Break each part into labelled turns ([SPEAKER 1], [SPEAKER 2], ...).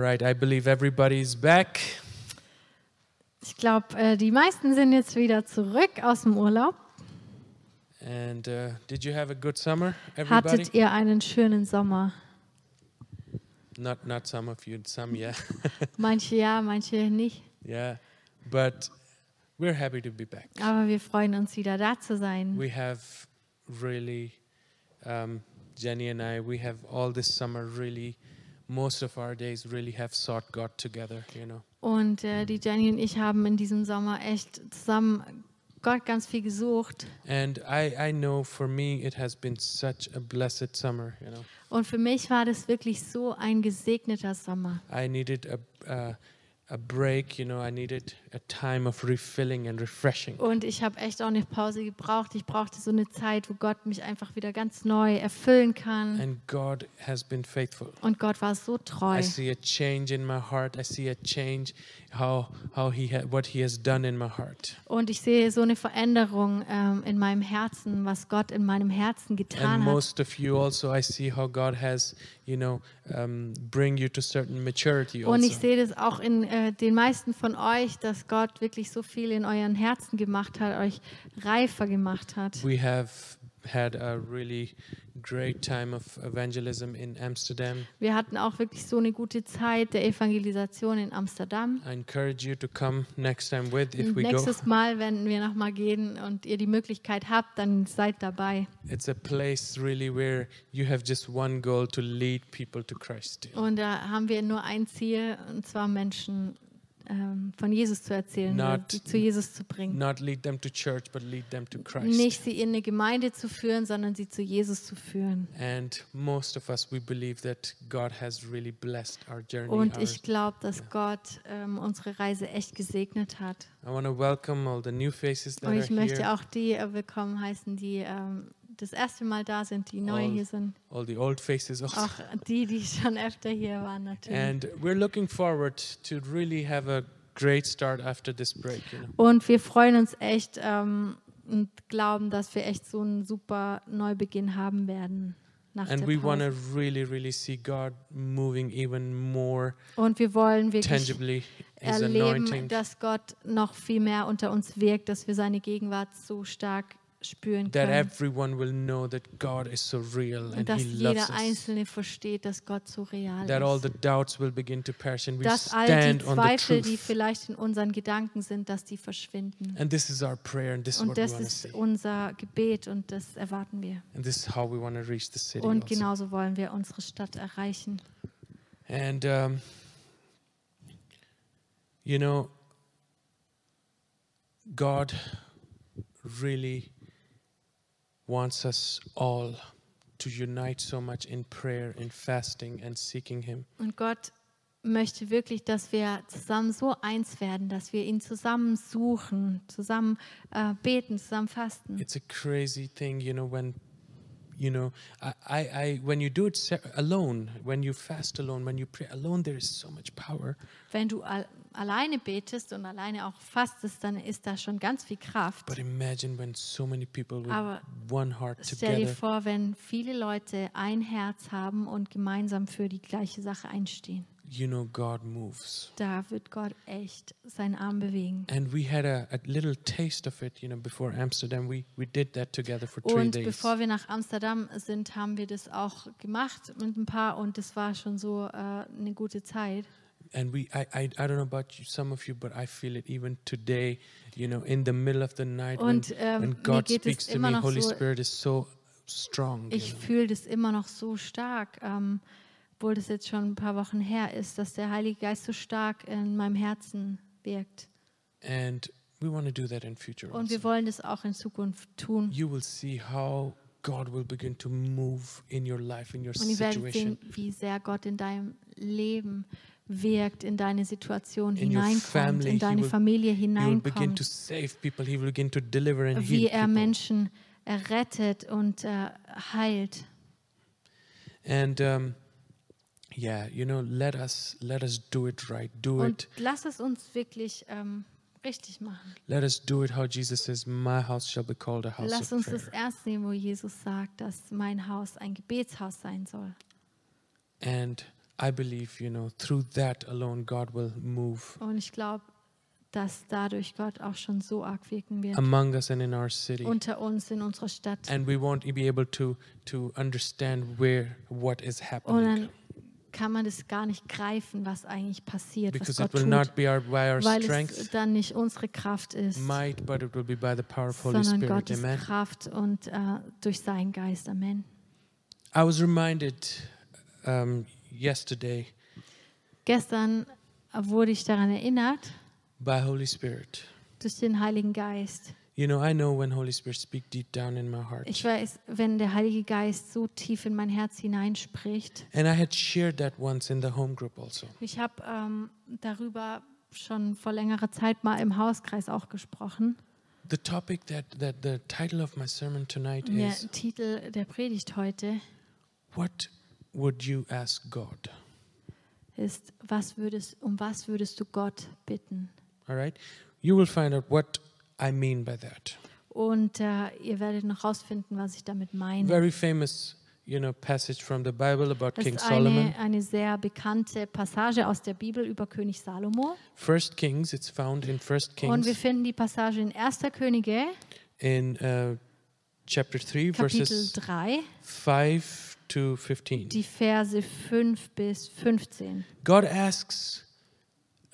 [SPEAKER 1] Right, I believe everybody's back.
[SPEAKER 2] Ich glaube, äh, die meisten sind jetzt wieder zurück aus dem Urlaub.
[SPEAKER 1] And uh, did you have a good summer, everybody?
[SPEAKER 2] Hattet ihr einen schönen Sommer?
[SPEAKER 1] Not not some of you, some yeah,
[SPEAKER 2] Manche ja, manche nicht.
[SPEAKER 1] yeah. But we're happy to be back.
[SPEAKER 2] Aber wir freuen uns wieder da zu sein.
[SPEAKER 1] We have really, um, Jenny and I, we have all this summer really, most of our days really have sought God together. You know,
[SPEAKER 2] Und äh, die Jenny und ich haben in diesem Sommer echt zusammen Gott ganz viel gesucht.
[SPEAKER 1] and I I know for me it has been such a blessed summer. You know,
[SPEAKER 2] Und für mich war das wirklich so ein gesegneter Sommer.
[SPEAKER 1] I needed a. Uh, a break, you know, I needed a time of refilling and refreshing.
[SPEAKER 2] Und ich habe echt auch eine Pause gebraucht. Ich brauchte so eine Zeit, wo Gott mich einfach wieder ganz neu erfüllen kann.
[SPEAKER 1] And God has been faithful.
[SPEAKER 2] Und Gott war so treu.
[SPEAKER 1] I see a change in my heart. I see a change how how he ha- what he has done in my heart.
[SPEAKER 2] Und ich sehe so eine Veränderung ähm, in meinem Herzen, was Gott in meinem
[SPEAKER 1] And
[SPEAKER 2] Herzen getan hat.
[SPEAKER 1] most of you also, I see how God has you know um, bring you to certain maturity
[SPEAKER 2] Und ich
[SPEAKER 1] also.
[SPEAKER 2] sehe das auch in äh, den meisten von euch, dass Gott wirklich so viel in euren Herzen gemacht hat, euch reifer gemacht hat.
[SPEAKER 1] We have had a really great time of evangelism in Amsterdam.
[SPEAKER 2] Wir hatten auch wirklich so eine gute Zeit der Evangelisation in Amsterdam.
[SPEAKER 1] I encourage you to come next time with if
[SPEAKER 2] Und
[SPEAKER 1] we go.
[SPEAKER 2] nächstes Mal, wenn wir nochmal gehen und ihr die Möglichkeit habt, dann seid dabei.
[SPEAKER 1] It's a place really where you have just one goal to lead people to Christ.
[SPEAKER 2] Und da haben wir nur ein Ziel, und zwar Menschen ähm, von Jesus zu erzählen, oder
[SPEAKER 1] Not-
[SPEAKER 2] sie zu Jesus zu bringen.
[SPEAKER 1] Not lead them to church, but lead them to Christ.
[SPEAKER 2] nicht sie in eine Gemeinde zu führen, sondern sie zu Jesus zu führen.
[SPEAKER 1] And most of us, we believe that God has really blessed our journey.
[SPEAKER 2] Und
[SPEAKER 1] our-
[SPEAKER 2] ich glaube, dass Gott ähm, unsere Reise echt gesegnet hat.
[SPEAKER 1] I want to welcome all the new faces that
[SPEAKER 2] Und Oh, ich
[SPEAKER 1] are here,
[SPEAKER 2] möchte auch die äh, willkommen heißen, die ähm, das erste Mal da sind, die neu
[SPEAKER 1] All-
[SPEAKER 2] hier sind.
[SPEAKER 1] all the old faces also.
[SPEAKER 2] Auch die, die schon öfter hier waren, natürlich.
[SPEAKER 1] And we're looking forward to really have a great start after this break. You know?
[SPEAKER 2] Und wir freuen uns echt ähm, und glauben, dass wir echt so einen super Neubeginn haben werden. Nach
[SPEAKER 1] And
[SPEAKER 2] der
[SPEAKER 1] we want to
[SPEAKER 2] Pause.
[SPEAKER 1] really, really see God moving even more
[SPEAKER 2] Und wir wollen wirklich
[SPEAKER 1] tangibly His
[SPEAKER 2] erleben,
[SPEAKER 1] anointing.
[SPEAKER 2] dass Gott noch viel mehr unter uns wirkt, dass wir seine Gegenwart so stark spüren
[SPEAKER 1] That
[SPEAKER 2] können
[SPEAKER 1] everyone will know that God is so real and
[SPEAKER 2] und dass
[SPEAKER 1] He loves us.
[SPEAKER 2] jeder Einzelne versteht, dass Gott so real
[SPEAKER 1] That all the
[SPEAKER 2] ist.
[SPEAKER 1] doubts will begin to perish and we
[SPEAKER 2] Dass all die
[SPEAKER 1] stand on the
[SPEAKER 2] Zweifel, die
[SPEAKER 1] truth.
[SPEAKER 2] vielleicht in unseren Gedanken sind, dass die verschwinden.
[SPEAKER 1] And this is our prayer, and this is
[SPEAKER 2] Und
[SPEAKER 1] what we
[SPEAKER 2] das
[SPEAKER 1] want to
[SPEAKER 2] ist
[SPEAKER 1] see.
[SPEAKER 2] unser Gebet und das erwarten wir.
[SPEAKER 1] And this is how we want to reach the city.
[SPEAKER 2] Und
[SPEAKER 1] also.
[SPEAKER 2] genauso wollen wir unsere Stadt erreichen.
[SPEAKER 1] And, um, you know, God really wants us all to unite so much in prayer, in fasting, and seeking Him.
[SPEAKER 2] Und Gott möchte wirklich, dass wir zusammen so eins werden, dass wir ihn zusammen suchen, zusammen äh, beten, zusammen fasten.
[SPEAKER 1] It's a crazy thing, you know, when. You know, I, I, I, when you do it se- alone, when you fast alone, when you pray alone, there is so much power.
[SPEAKER 2] Wenn du al alleine betest und alleine auch fastest, dann ist da schon ganz viel Kraft.
[SPEAKER 1] But imagine when so many people with
[SPEAKER 2] Aber
[SPEAKER 1] one heart
[SPEAKER 2] Stell dir
[SPEAKER 1] together
[SPEAKER 2] vor, wenn viele Leute ein Herz haben und gemeinsam für die gleiche Sache einstehen.
[SPEAKER 1] you know God moves.
[SPEAKER 2] Da wird Gott echt seinen Arm bewegen.
[SPEAKER 1] And we had a, a little taste of it, you know, before Amsterdam. We we did that together for three
[SPEAKER 2] Und
[SPEAKER 1] days.
[SPEAKER 2] bevor wir nach Amsterdam sind, haben wir das auch gemacht mit ein paar und das war schon so äh, eine gute Zeit.
[SPEAKER 1] And we I, I I don't know about you, some of you, but I feel it even today, you know, in the middle of the night
[SPEAKER 2] Und,
[SPEAKER 1] when,
[SPEAKER 2] ähm,
[SPEAKER 1] when
[SPEAKER 2] mir
[SPEAKER 1] God
[SPEAKER 2] geht es
[SPEAKER 1] speaks to
[SPEAKER 2] immer
[SPEAKER 1] me,
[SPEAKER 2] noch
[SPEAKER 1] Holy
[SPEAKER 2] so-
[SPEAKER 1] Spirit is so strong. You
[SPEAKER 2] Ich
[SPEAKER 1] know?
[SPEAKER 2] fühle das immer noch so stark, ähm, obwohl das jetzt schon ein paar Wochen her ist, dass der Heilige Geist so stark in meinem Herzen wirkt.
[SPEAKER 1] And we want to do that in future.
[SPEAKER 2] Und wir
[SPEAKER 1] also.
[SPEAKER 2] wollen das auch in Zukunft tun.
[SPEAKER 1] You will see how God will begin to move in your life, in your
[SPEAKER 2] Und ihr werdet
[SPEAKER 1] situation.
[SPEAKER 2] sehen, wie sehr Gott in deinem Leben wirkt, in deine Situation
[SPEAKER 1] In your
[SPEAKER 2] hineinkommt,
[SPEAKER 1] family, he
[SPEAKER 2] in deine
[SPEAKER 1] will-
[SPEAKER 2] Familie
[SPEAKER 1] He will begin to
[SPEAKER 2] hineinkommt,
[SPEAKER 1] save people. He will begin to deliver and
[SPEAKER 2] wie
[SPEAKER 1] heal
[SPEAKER 2] er
[SPEAKER 1] people.
[SPEAKER 2] Menschen errettet und äh, heilt.
[SPEAKER 1] And um, yeah, you know, let us let us do it right. Do it.
[SPEAKER 2] Und lass es uns wirklich ähm, richtig machen.
[SPEAKER 1] Let us do it how Jesus says, "My house shall be called a house
[SPEAKER 2] Lass
[SPEAKER 1] of
[SPEAKER 2] uns
[SPEAKER 1] prayer."
[SPEAKER 2] das ernst nehmen, wo Jesus sagt, dass mein Haus ein Gebetshaus sein soll.
[SPEAKER 1] And I believe, you know, through that alone, God will move
[SPEAKER 2] Und ich glaube, dass dadurch Gott auch schon so arg wirken wird
[SPEAKER 1] among us and in our city.
[SPEAKER 2] unter uns in unserer Stadt.
[SPEAKER 1] And we won't be able to, to understand where what is
[SPEAKER 2] Und
[SPEAKER 1] happening
[SPEAKER 2] dann kann man das gar nicht greifen, was eigentlich passiert, was
[SPEAKER 1] because
[SPEAKER 2] Gott
[SPEAKER 1] it will
[SPEAKER 2] tut,
[SPEAKER 1] not be our, by our
[SPEAKER 2] weil es
[SPEAKER 1] strength,
[SPEAKER 2] dann nicht unsere Kraft ist,
[SPEAKER 1] might, but it will be by the power of Holy
[SPEAKER 2] sondern
[SPEAKER 1] Spirit.
[SPEAKER 2] Gottes
[SPEAKER 1] Amen.
[SPEAKER 2] Kraft und äh, durch seinen Geist. Amen.
[SPEAKER 1] I was reminded um, yesterday
[SPEAKER 2] Gestern wurde ich daran erinnert,
[SPEAKER 1] by Holy Spirit.
[SPEAKER 2] durch den Heiligen Geist.
[SPEAKER 1] You know, I know when Holy Spirit speak deep down in my heart.
[SPEAKER 2] Ich weiß, wenn der Heilige Geist so tief in mein Herz hineinspricht.
[SPEAKER 1] And I had shared that once in the home group also.
[SPEAKER 2] Ich habe ähm, darüber schon vor längerer Zeit mal im Hauskreis auch gesprochen.
[SPEAKER 1] The topic that, that the title of my sermon tonight
[SPEAKER 2] Der
[SPEAKER 1] is
[SPEAKER 2] Titel der Predigt heute
[SPEAKER 1] What Would You Ask God?
[SPEAKER 2] ist, was würdest, um was würdest du Gott bitten?
[SPEAKER 1] All right? You will find out what I mean by that.
[SPEAKER 2] Und äh, ihr werdet noch rausfinden, was ich damit meine.
[SPEAKER 1] Very famous, you know, passage from the Bible about
[SPEAKER 2] Das
[SPEAKER 1] King
[SPEAKER 2] ist
[SPEAKER 1] Solomon.
[SPEAKER 2] eine, eine sehr bekannte Passage aus der Bibel über König Salomo.
[SPEAKER 1] First Kings, it's found in First
[SPEAKER 2] Und wir
[SPEAKER 1] Kings
[SPEAKER 2] finden die Passage in 1. Könige,
[SPEAKER 1] in uh, chapter 3
[SPEAKER 2] Kapitel
[SPEAKER 1] verses
[SPEAKER 2] 3,
[SPEAKER 1] 5 to 15.
[SPEAKER 2] die Verse 5 bis 15.
[SPEAKER 1] God asks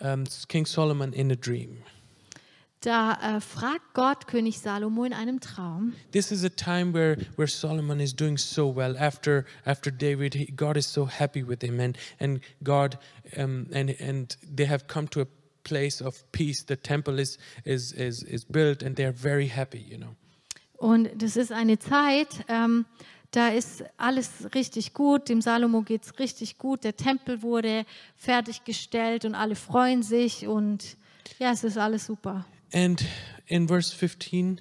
[SPEAKER 1] um, King Solomon in a dream.
[SPEAKER 2] Da äh, fragt Gott König Salomo in einem Traum.
[SPEAKER 1] This is a time where, where Solomon is doing so well. After after David, he, God is so happy with him, and and God um, and and they have come to a place of peace. The temple is is is is built, and they are very happy. You know,
[SPEAKER 2] Und das ist eine Zeit, ähm, da ist alles richtig gut, dem Salomo geht es richtig gut, der Tempel wurde fertiggestellt und alle freuen sich und ja, es ist alles super.
[SPEAKER 1] and in verse fifteen,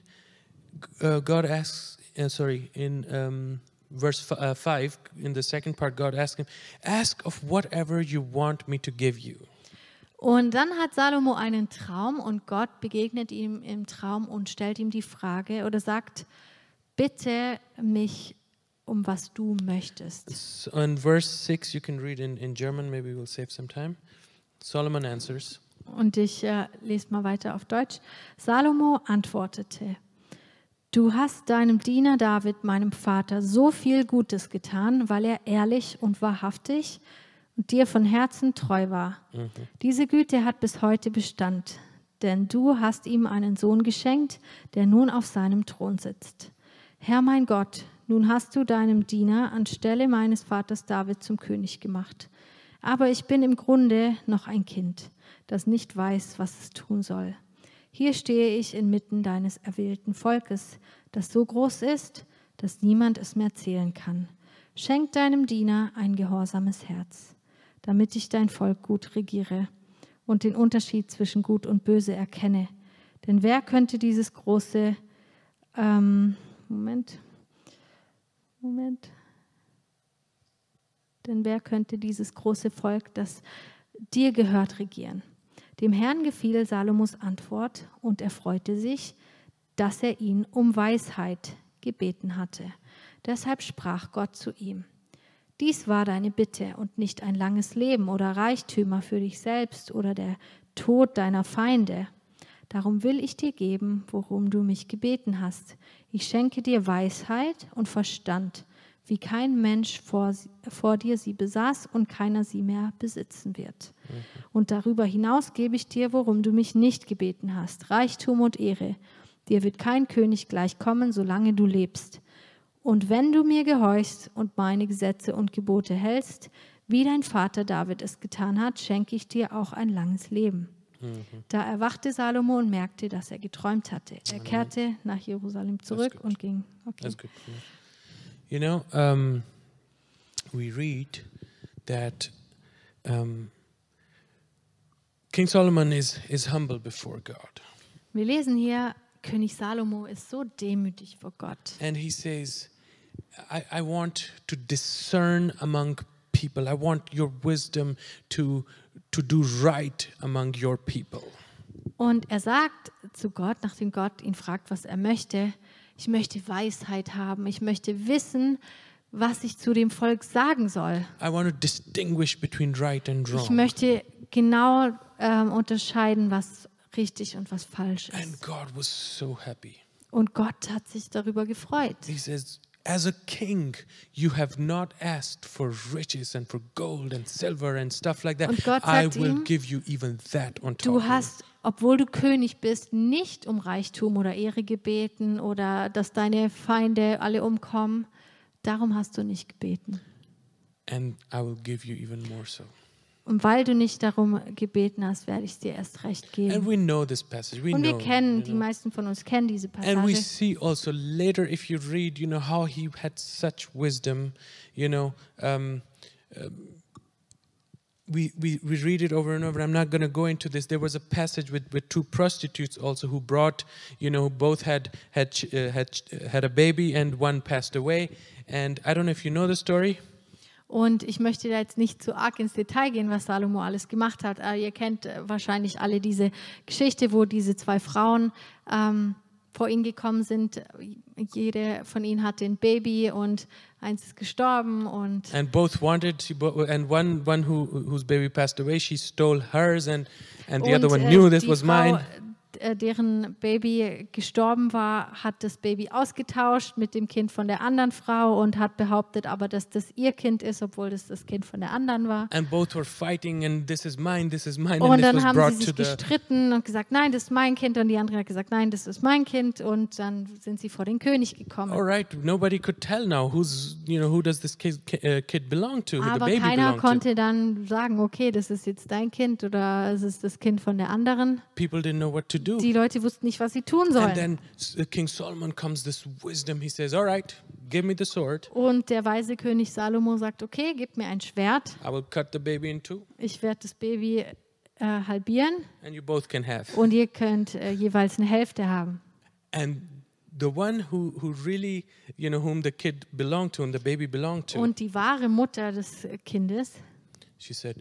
[SPEAKER 1] uh, God asks. Uh, sorry, in um, verse f- uh, five, in the second part, God asks him, "Ask of whatever you want me to give you."
[SPEAKER 2] Und dann hat Salomo einen Traum und Gott begegnet ihm im Traum und stellt ihm die Frage oder sagt, bitte mich um was du möchtest.
[SPEAKER 1] So in verse 6, you can read in, in German, maybe we'll save some time. Solomon answers,
[SPEAKER 2] Und ich äh, lese mal weiter auf Deutsch. Salomo antwortete, Du hast deinem Diener David, meinem Vater, so viel Gutes getan, weil er ehrlich und wahrhaftig und dir von Herzen treu war. Diese Güte hat bis heute Bestand, denn du hast ihm einen Sohn geschenkt, der nun auf seinem Thron sitzt. Herr mein Gott, nun hast du deinem Diener anstelle meines Vaters David zum König gemacht. Aber ich bin im Grunde noch ein Kind, das nicht weiß, was es tun soll. Hier stehe ich inmitten deines erwählten Volkes, das so groß ist, dass niemand es mehr zählen kann. Schenk deinem Diener ein gehorsames Herz, damit ich dein Volk gut regiere und den Unterschied zwischen Gut und Böse erkenne. Denn wer könnte dieses große ähm, Moment, Moment. Denn wer könnte dieses große Volk, das dir gehört, regieren? Dem Herrn gefiel Salomos Antwort und er freute sich, dass er ihn um Weisheit gebeten hatte. Deshalb sprach Gott zu ihm. Dies war deine Bitte und nicht ein langes Leben oder Reichtümer für dich selbst oder der Tod deiner Feinde. Darum will ich dir geben, worum du mich gebeten hast. Ich schenke dir Weisheit und Verstand, wie kein Mensch vor, sie- vor dir sie besaß und keiner sie mehr besitzen wird. Und darüber hinaus gebe ich dir, worum du mich nicht gebeten hast, Reichtum und Ehre. Dir wird kein König gleichkommen, solange du lebst. Und wenn du mir gehorchst und meine Gesetze und Gebote hältst, wie dein Vater David es getan hat, schenke ich dir auch ein langes Leben. Da erwachte Salomo und merkte, dass er geträumt hatte. Er kehrte nach Jerusalem zurück
[SPEAKER 1] gut.
[SPEAKER 2] und ging. Okay.
[SPEAKER 1] That's good. yeah. You know, um, we read that um, King Solomon is, is humble before God.
[SPEAKER 2] Wir lesen hier, König Salomo ist so demütig vor Gott.
[SPEAKER 1] And he says, I, I want to discern among people. I want your wisdom to, to do right among your people.
[SPEAKER 2] Und er sagt zu Gott, nachdem Gott ihn fragt, was er möchte, ich möchte Weisheit haben, ich möchte wissen, was ich zu dem Volk sagen soll.
[SPEAKER 1] I want to distinguish between right and
[SPEAKER 2] Ich
[SPEAKER 1] wrong.
[SPEAKER 2] möchte genau ähm, unterscheiden, was richtig und was falsch ist.
[SPEAKER 1] And God was so happy.
[SPEAKER 2] Und Gott hat sich darüber gefreut.
[SPEAKER 1] He says, As a king, you have not asked for riches and for gold and silver and stuff like that.
[SPEAKER 2] Und Gott
[SPEAKER 1] I
[SPEAKER 2] sagt
[SPEAKER 1] will
[SPEAKER 2] ihm,
[SPEAKER 1] give you even that on top.
[SPEAKER 2] Du
[SPEAKER 1] of it."
[SPEAKER 2] hast, obwohl du König bist, nicht um Reichtum oder Ehre gebeten oder dass deine Feinde alle umkommen. Darum hast du nicht gebeten.
[SPEAKER 1] and I will give you even more so.
[SPEAKER 2] Und weil du nicht darum gebeten hast, werde ich es dir erst recht
[SPEAKER 1] And
[SPEAKER 2] geben.
[SPEAKER 1] we know this passage. We
[SPEAKER 2] Und
[SPEAKER 1] know.
[SPEAKER 2] wir kennen,
[SPEAKER 1] you
[SPEAKER 2] die
[SPEAKER 1] know.
[SPEAKER 2] meisten von uns kennen diese
[SPEAKER 1] And we
[SPEAKER 2] Passage.
[SPEAKER 1] see also later, if you read, you know, how he had such wisdom, you know. Um, um, we, we, we read it over and over. I'm not going to go into this. There was a passage with, with two prostitutes also who brought, you know, both had had ch- uh, had ch- uh, had a baby and one passed away. And I don't know if you know the story.
[SPEAKER 2] Und ich möchte da jetzt nicht zu arg ins Detail gehen, was Salomo alles gemacht hat. Aber ihr kennt äh, wahrscheinlich alle diese Geschichte, wo diese zwei Frauen ähm, vor ihn gekommen sind. Jede von ihnen hatte ein Baby und eins ist gestorben. Und
[SPEAKER 1] And both wanted, to, bo- and one one who whose baby passed away, she stole hers, and and the other
[SPEAKER 2] und,
[SPEAKER 1] one
[SPEAKER 2] äh,
[SPEAKER 1] knew this
[SPEAKER 2] die
[SPEAKER 1] was
[SPEAKER 2] Frau,
[SPEAKER 1] mine.
[SPEAKER 2] äh, Deren Baby gestorben war, hat das Baby ausgetauscht mit dem Kind von der anderen Frau und hat behauptet, aber dass das ihr Kind ist, obwohl das das Kind von der anderen war.
[SPEAKER 1] and both were fighting and this is mine this is mine
[SPEAKER 2] Und
[SPEAKER 1] and this
[SPEAKER 2] dann
[SPEAKER 1] was
[SPEAKER 2] haben
[SPEAKER 1] brought
[SPEAKER 2] sie
[SPEAKER 1] to
[SPEAKER 2] sich
[SPEAKER 1] the
[SPEAKER 2] gestritten und gesagt, nein, das ist mein Kind. Und die andere hat gesagt, nein, das ist mein Kind. Und dann sind sie vor den König gekommen.
[SPEAKER 1] all right nobody could tell now who's you know who does this kid, uh, kid belong to who the
[SPEAKER 2] Aber
[SPEAKER 1] baby
[SPEAKER 2] keiner
[SPEAKER 1] belong to
[SPEAKER 2] konnte dann sagen, okay, das ist jetzt dein Kind oder es ist das Kind von der anderen.
[SPEAKER 1] people didn't know what to do
[SPEAKER 2] Die Leute wussten nicht, was sie tun
[SPEAKER 1] and
[SPEAKER 2] sollen.
[SPEAKER 1] then S- uh, king solomon comes this wisdom he says all right give me the sword
[SPEAKER 2] Und der weise König Salomo sagt, okay, gib mir ein Schwert.
[SPEAKER 1] i will cut the baby in two
[SPEAKER 2] Ich werde das Baby äh, halbieren
[SPEAKER 1] and you both can have
[SPEAKER 2] und ihr könnt äh, jeweils eine Hälfte haben.
[SPEAKER 1] and the one who who really you know whom the kid belonged to and the baby belonged to
[SPEAKER 2] Und die wahre Mutter des äh, Kindes
[SPEAKER 1] she said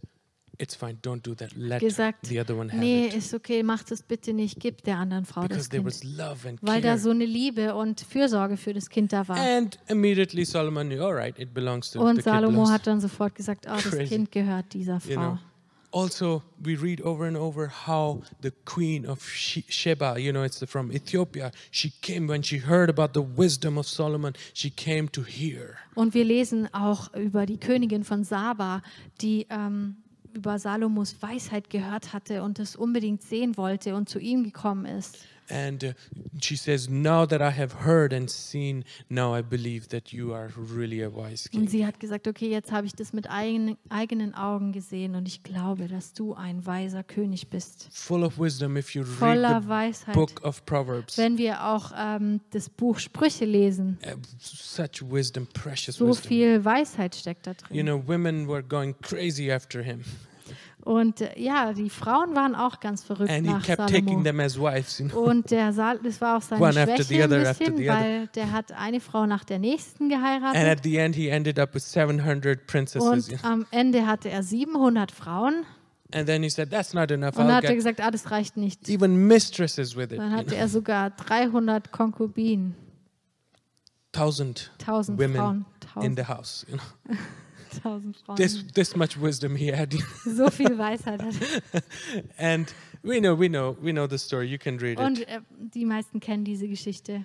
[SPEAKER 1] it's fine don't do that let
[SPEAKER 2] gesagt,
[SPEAKER 1] the other one have
[SPEAKER 2] nee,
[SPEAKER 1] it
[SPEAKER 2] ist okay, macht es bitte nicht, gib der anderen Frau
[SPEAKER 1] because
[SPEAKER 2] das
[SPEAKER 1] there
[SPEAKER 2] Kind.
[SPEAKER 1] was love and
[SPEAKER 2] weil
[SPEAKER 1] care
[SPEAKER 2] da so eine Liebe und Fürsorge für das Kind da war.
[SPEAKER 1] And immediately Solomon knew, all right, it belongs to the
[SPEAKER 2] Ah. Und
[SPEAKER 1] Äh, kid belongs
[SPEAKER 2] Salomo
[SPEAKER 1] to-
[SPEAKER 2] hat Ah. dann sofort gesagt, oh, das
[SPEAKER 1] Crazy. Genau.
[SPEAKER 2] Kind gehört dieser
[SPEAKER 1] you know.
[SPEAKER 2] Frau.
[SPEAKER 1] Also, we read over and over how the queen of She- Sheba, you know, it's from Ethiopia, she came when she heard about the wisdom of Solomon, she came to hear.
[SPEAKER 2] Und wir lesen auch über die Königin von Saba, die ähm, über Salomos Weisheit gehört hatte und es unbedingt sehen wollte und zu ihm gekommen ist.
[SPEAKER 1] And uh, she says, Now that I have heard and seen, now I believe that you are really a wise
[SPEAKER 2] Und
[SPEAKER 1] king.
[SPEAKER 2] sie hat gesagt, okay, jetzt habe ich das mit eigen, eigenen Augen gesehen und ich glaube, dass du ein weiser König bist.
[SPEAKER 1] Full of wisdom, if you read
[SPEAKER 2] Voller
[SPEAKER 1] the
[SPEAKER 2] Weisheit.
[SPEAKER 1] book of Proverbs,
[SPEAKER 2] Wenn wir auch ähm, das Buch Sprüche lesen,
[SPEAKER 1] uh, such wisdom, precious
[SPEAKER 2] so
[SPEAKER 1] wisdom.
[SPEAKER 2] viel Weisheit steckt da drin.
[SPEAKER 1] You know, women were going crazy after him.
[SPEAKER 2] Und äh, ja, die Frauen waren auch ganz verrückt
[SPEAKER 1] and he
[SPEAKER 2] nach
[SPEAKER 1] kept taking
[SPEAKER 2] Salomo.
[SPEAKER 1] them as wives. You know?
[SPEAKER 2] Und der Sal das war auch seine
[SPEAKER 1] One after the
[SPEAKER 2] Schwäche ein
[SPEAKER 1] other after
[SPEAKER 2] bisschen,
[SPEAKER 1] the other.
[SPEAKER 2] weil der hat eine Frau nach der
[SPEAKER 1] And
[SPEAKER 2] nächsten geheiratet
[SPEAKER 1] at the end, he ended up with 700 princesses. you know.
[SPEAKER 2] und am Ende hatte er 700 Frauen
[SPEAKER 1] And then he said, That's not enough.
[SPEAKER 2] und dann
[SPEAKER 1] I'll
[SPEAKER 2] hat er
[SPEAKER 1] get
[SPEAKER 2] gesagt, ah, das reicht nicht.
[SPEAKER 1] even mistresses with it.
[SPEAKER 2] Dann
[SPEAKER 1] You know,
[SPEAKER 2] hatte er sogar 300 Konkubinen,
[SPEAKER 1] thousand
[SPEAKER 2] 1000
[SPEAKER 1] women
[SPEAKER 2] Frauen,
[SPEAKER 1] in
[SPEAKER 2] 1000,
[SPEAKER 1] the house. You know.
[SPEAKER 2] 1000 Frauen.
[SPEAKER 1] this, this much wisdom he had. you know.
[SPEAKER 2] so viel Weisheit hat.
[SPEAKER 1] And we know, we know, we know the story. You can read
[SPEAKER 2] Und
[SPEAKER 1] it.
[SPEAKER 2] äh, die meisten kennen diese Geschichte.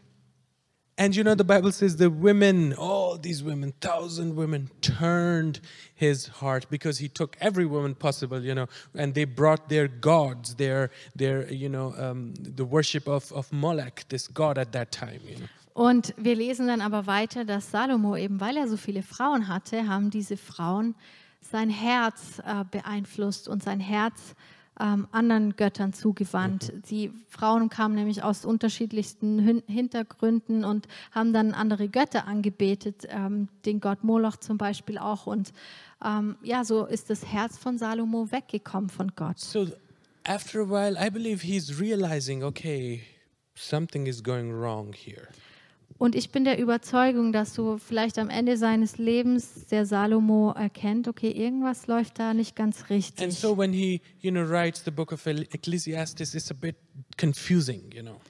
[SPEAKER 1] And you know, the Bible says the women, all these women, thousand women, turned his heart because he took every woman possible, you know, and they brought their gods, their, their, you know, um, the worship of, of Molech, this god at that time, you know.
[SPEAKER 2] Und wir lesen dann aber weiter, dass Salomo eben, weil er so viele Frauen hatte, haben diese Frauen sein Herz äh, beeinflusst und sein Herz ähm, anderen Göttern zugewandt. Die Frauen kamen nämlich aus unterschiedlichsten Hin Hintergründen und haben dann andere Götter angebetet, ähm, den Gott Moloch zum Beispiel auch. Und ähm, ja, so ist das Herz von Salomo weggekommen von Gott.
[SPEAKER 1] So after a while, I believe he's realizing, okay, something is going wrong here.
[SPEAKER 2] Und ich bin der Überzeugung, dass so vielleicht am Ende seines Lebens der Salomo erkennt, okay, irgendwas läuft da nicht ganz
[SPEAKER 1] And
[SPEAKER 2] richtig.
[SPEAKER 1] so when he, you know, writes the book of Ecclesiastes, it's a bit confusing, you know.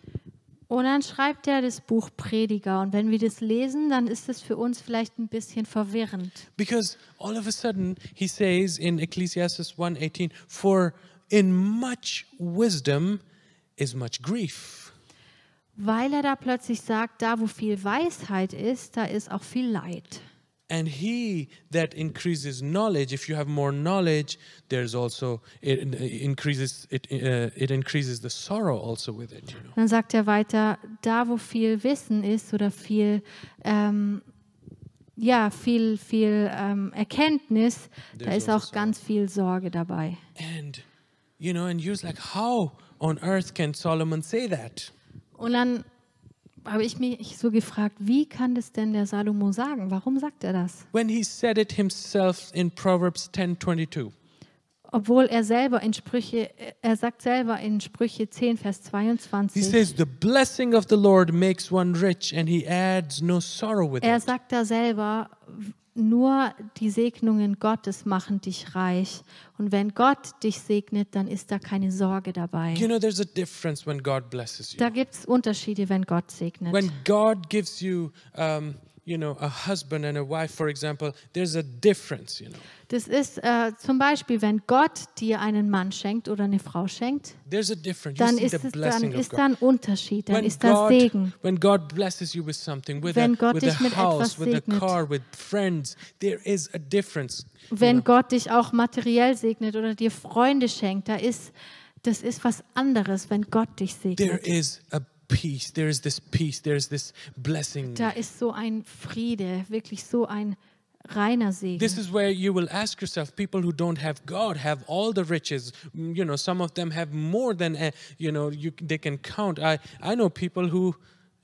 [SPEAKER 2] Und dann schreibt er das Buch Prediger. Und wenn wir das lesen, dann ist es für uns vielleicht ein bisschen verwirrend.
[SPEAKER 1] Because all of a sudden he says in Ecclesiastes 1:18, "For in much wisdom is much grief."
[SPEAKER 2] Weil er da plötzlich sagt, da wo viel Weisheit ist, da ist auch viel Leid.
[SPEAKER 1] And he that increases knowledge, if you have more knowledge, there's also it in- increases it uh, it increases the sorrow also with it. You know?
[SPEAKER 2] Dann sagt er weiter, da wo viel Wissen ist oder viel, ähm, ja, viel, viel ähm, Erkenntnis, da
[SPEAKER 1] There's
[SPEAKER 2] ist
[SPEAKER 1] also
[SPEAKER 2] auch ganz viel Sorge dabei.
[SPEAKER 1] And you know, and you're just like, how on earth can Solomon say that?
[SPEAKER 2] Und dann habe ich mich so gefragt, wie kann das denn der Salomo sagen? Warum sagt er das?
[SPEAKER 1] When he said it himself in Proverbs 10:22.
[SPEAKER 2] Obwohl er selber in Sprüche, er sagt selber in Sprüche 10, Vers
[SPEAKER 1] He
[SPEAKER 2] 22,
[SPEAKER 1] says, The blessing of the Lord makes one rich, and he adds no sorrow with
[SPEAKER 2] er
[SPEAKER 1] it.
[SPEAKER 2] sagt da selber, nur die Segnungen Gottes machen dich reich. Und wenn Gott dich segnet, dann ist da keine Sorge dabei.
[SPEAKER 1] You know, there's a difference when God blesses you.
[SPEAKER 2] Da gibt es Unterschiede, wenn Gott segnet.
[SPEAKER 1] When God gives you, um, you know, a husband and a wife, for example, there's a difference, you know.
[SPEAKER 2] das ist äh, zum Beispiel, wenn Gott dir einen Mann schenkt oder eine Frau schenkt,
[SPEAKER 1] There's a difference.
[SPEAKER 2] dann
[SPEAKER 1] you see
[SPEAKER 2] ist,
[SPEAKER 1] the
[SPEAKER 2] es, dann
[SPEAKER 1] blessing of
[SPEAKER 2] ist
[SPEAKER 1] God.
[SPEAKER 2] da ein Unterschied, dann
[SPEAKER 1] when,
[SPEAKER 2] ist da
[SPEAKER 1] God,
[SPEAKER 2] Segen.
[SPEAKER 1] when God blesses you with something, with
[SPEAKER 2] Wenn
[SPEAKER 1] a,
[SPEAKER 2] Gott
[SPEAKER 1] with a
[SPEAKER 2] dich mit etwas
[SPEAKER 1] house, with a
[SPEAKER 2] segnet.
[SPEAKER 1] car, with friends, there is a difference.
[SPEAKER 2] Wenn Gott dich auch materiell segnet oder dir Freunde schenkt, da ist, das ist was anderes, wenn Gott dich
[SPEAKER 1] There
[SPEAKER 2] segnet.
[SPEAKER 1] is a peace. There is this peace. There is this blessing.
[SPEAKER 2] Da ist so ein Friede, wirklich so ein reiner Segen.
[SPEAKER 1] This is where you will ask yourself people who don't have God have all the riches Mm, you know some of them have more than eh, you know you they can count I I know people who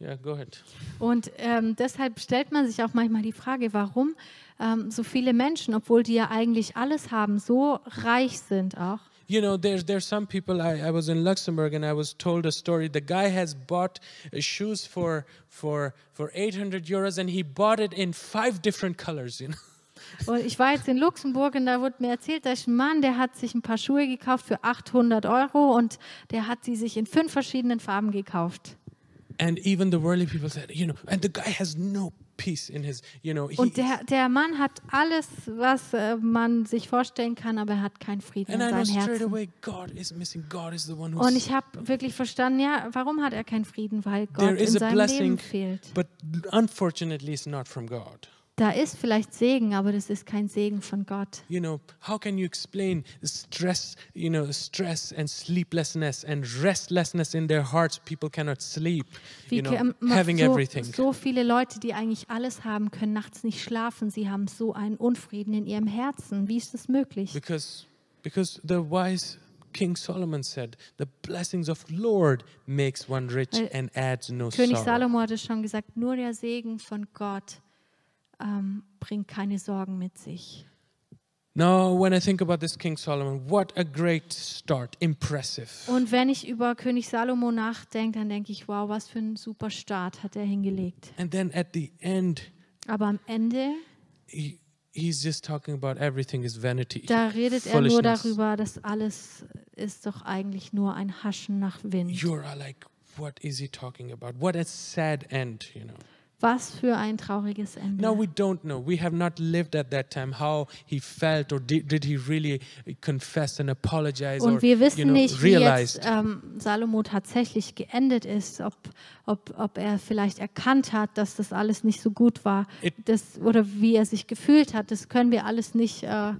[SPEAKER 1] yeah go ahead
[SPEAKER 2] Und ähm, deshalb stellt man sich auch manchmal die Frage, warum ähm, so viele Menschen, obwohl die ja eigentlich alles haben, so reich sind auch.
[SPEAKER 1] you know there's there's some people I, I was in Luxembourg and I was told a story the guy has bought uh, shoes for for for 800 euros and he bought it in five different colors you know
[SPEAKER 2] Und ich war jetzt in Luxemburg und da wurde mir erzählt, da ist ein Mann, der hat sich ein paar Schuhe gekauft für 800 Euro und der hat sie sich in fünf verschiedenen Farben gekauft.
[SPEAKER 1] and even the worldly people said you know and the guy has no peace in his you know he,
[SPEAKER 2] Und der, der Mann hat alles, was äh, man sich vorstellen kann, aber er hat keinen Frieden in
[SPEAKER 1] and I know
[SPEAKER 2] seinem
[SPEAKER 1] straight
[SPEAKER 2] Herzen.
[SPEAKER 1] away God is missing God is the one
[SPEAKER 2] Und
[SPEAKER 1] who's
[SPEAKER 2] ich habe wirklich verstanden, ja, warum hat er keinen Frieden? Weil
[SPEAKER 1] there
[SPEAKER 2] Gott in
[SPEAKER 1] is a
[SPEAKER 2] seinem Leben
[SPEAKER 1] blessing,
[SPEAKER 2] fehlt.
[SPEAKER 1] but unfortunately, it's not from God.
[SPEAKER 2] Da ist vielleicht Segen, aber das ist kein Segen von Gott.
[SPEAKER 1] You know, how can you explain stress, you know, stress and sleeplessness and restlessness in their hearts? People cannot sleep,
[SPEAKER 2] Wie
[SPEAKER 1] you know,
[SPEAKER 2] kann man-
[SPEAKER 1] having
[SPEAKER 2] um, so,
[SPEAKER 1] everything.
[SPEAKER 2] so viele Leute, die eigentlich alles haben, können nachts nicht schlafen. Sie haben so einen Unfrieden in ihrem Herzen. Wie ist das möglich?
[SPEAKER 1] Because, because the wise King Solomon said, the blessings of Lord makes one rich
[SPEAKER 2] Weil
[SPEAKER 1] and adds no
[SPEAKER 2] König
[SPEAKER 1] sorrow.
[SPEAKER 2] Salomo hat es schon gesagt, nur der Segen von Gott ähm, bringt keine Sorgen mit sich.
[SPEAKER 1] Now, when I think about this King Solomon, what a great start, impressive.
[SPEAKER 2] Und wenn ich über König Salomo nachdenke, dann denke ich, wow, was für ein super Start hat er hingelegt.
[SPEAKER 1] And then at the end,
[SPEAKER 2] Aber am Ende,
[SPEAKER 1] he, he's just talking about everything is vanity.
[SPEAKER 2] da redet er nur
[SPEAKER 1] foolishness.
[SPEAKER 2] darüber, dass alles ist doch eigentlich nur ein Haschen nach Wind.
[SPEAKER 1] You are like, what is he talking about? What a sad end, you know.
[SPEAKER 2] Was für ein trauriges Ende.
[SPEAKER 1] Now we don't know. We have not lived at that time how he felt, or did, did he really confess and apologize, or
[SPEAKER 2] Und wir wissen
[SPEAKER 1] you know,
[SPEAKER 2] nicht, wie
[SPEAKER 1] realized?
[SPEAKER 2] jetzt ähm, Salomo tatsächlich geendet ist, ob, ob, ob er vielleicht erkannt hat, dass das alles nicht so gut war
[SPEAKER 1] It-
[SPEAKER 2] das, oder wie er sich gefühlt hat. Das können wir alles nicht äh,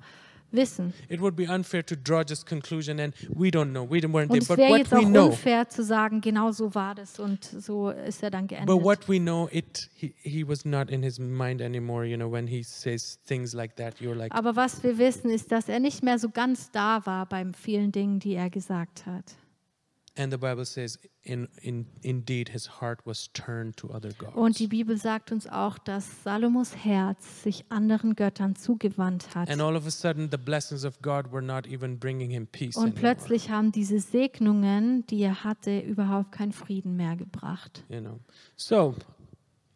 [SPEAKER 2] wissen.
[SPEAKER 1] It would be unfair to draw just conclusion, and we don't know. We weren't
[SPEAKER 2] Und
[SPEAKER 1] there,
[SPEAKER 2] es
[SPEAKER 1] but
[SPEAKER 2] wäre
[SPEAKER 1] what
[SPEAKER 2] jetzt auch
[SPEAKER 1] we know,
[SPEAKER 2] unfair zu sagen, genau so war das und so ist er dann
[SPEAKER 1] but
[SPEAKER 2] geendet.
[SPEAKER 1] what we know, it he, he was not in his mind anymore. You know, when he says things like that, you're like,
[SPEAKER 2] Aber was wir wissen, ist, dass er nicht mehr so ganz da war bei vielen Dingen, die er gesagt hat.
[SPEAKER 1] and the Bible says, in in indeed, his heart was turned to other gods.
[SPEAKER 2] Und die Bibel sagt uns auch, dass Salomos Herz sich anderen Göttern zugewandt hat.
[SPEAKER 1] And all of a sudden, the blessings of God were not even bringing him peace.
[SPEAKER 2] Und
[SPEAKER 1] anymore,
[SPEAKER 2] plötzlich haben diese Segnungen, die er hatte, überhaupt keinen Frieden mehr gebracht.
[SPEAKER 1] you know. So,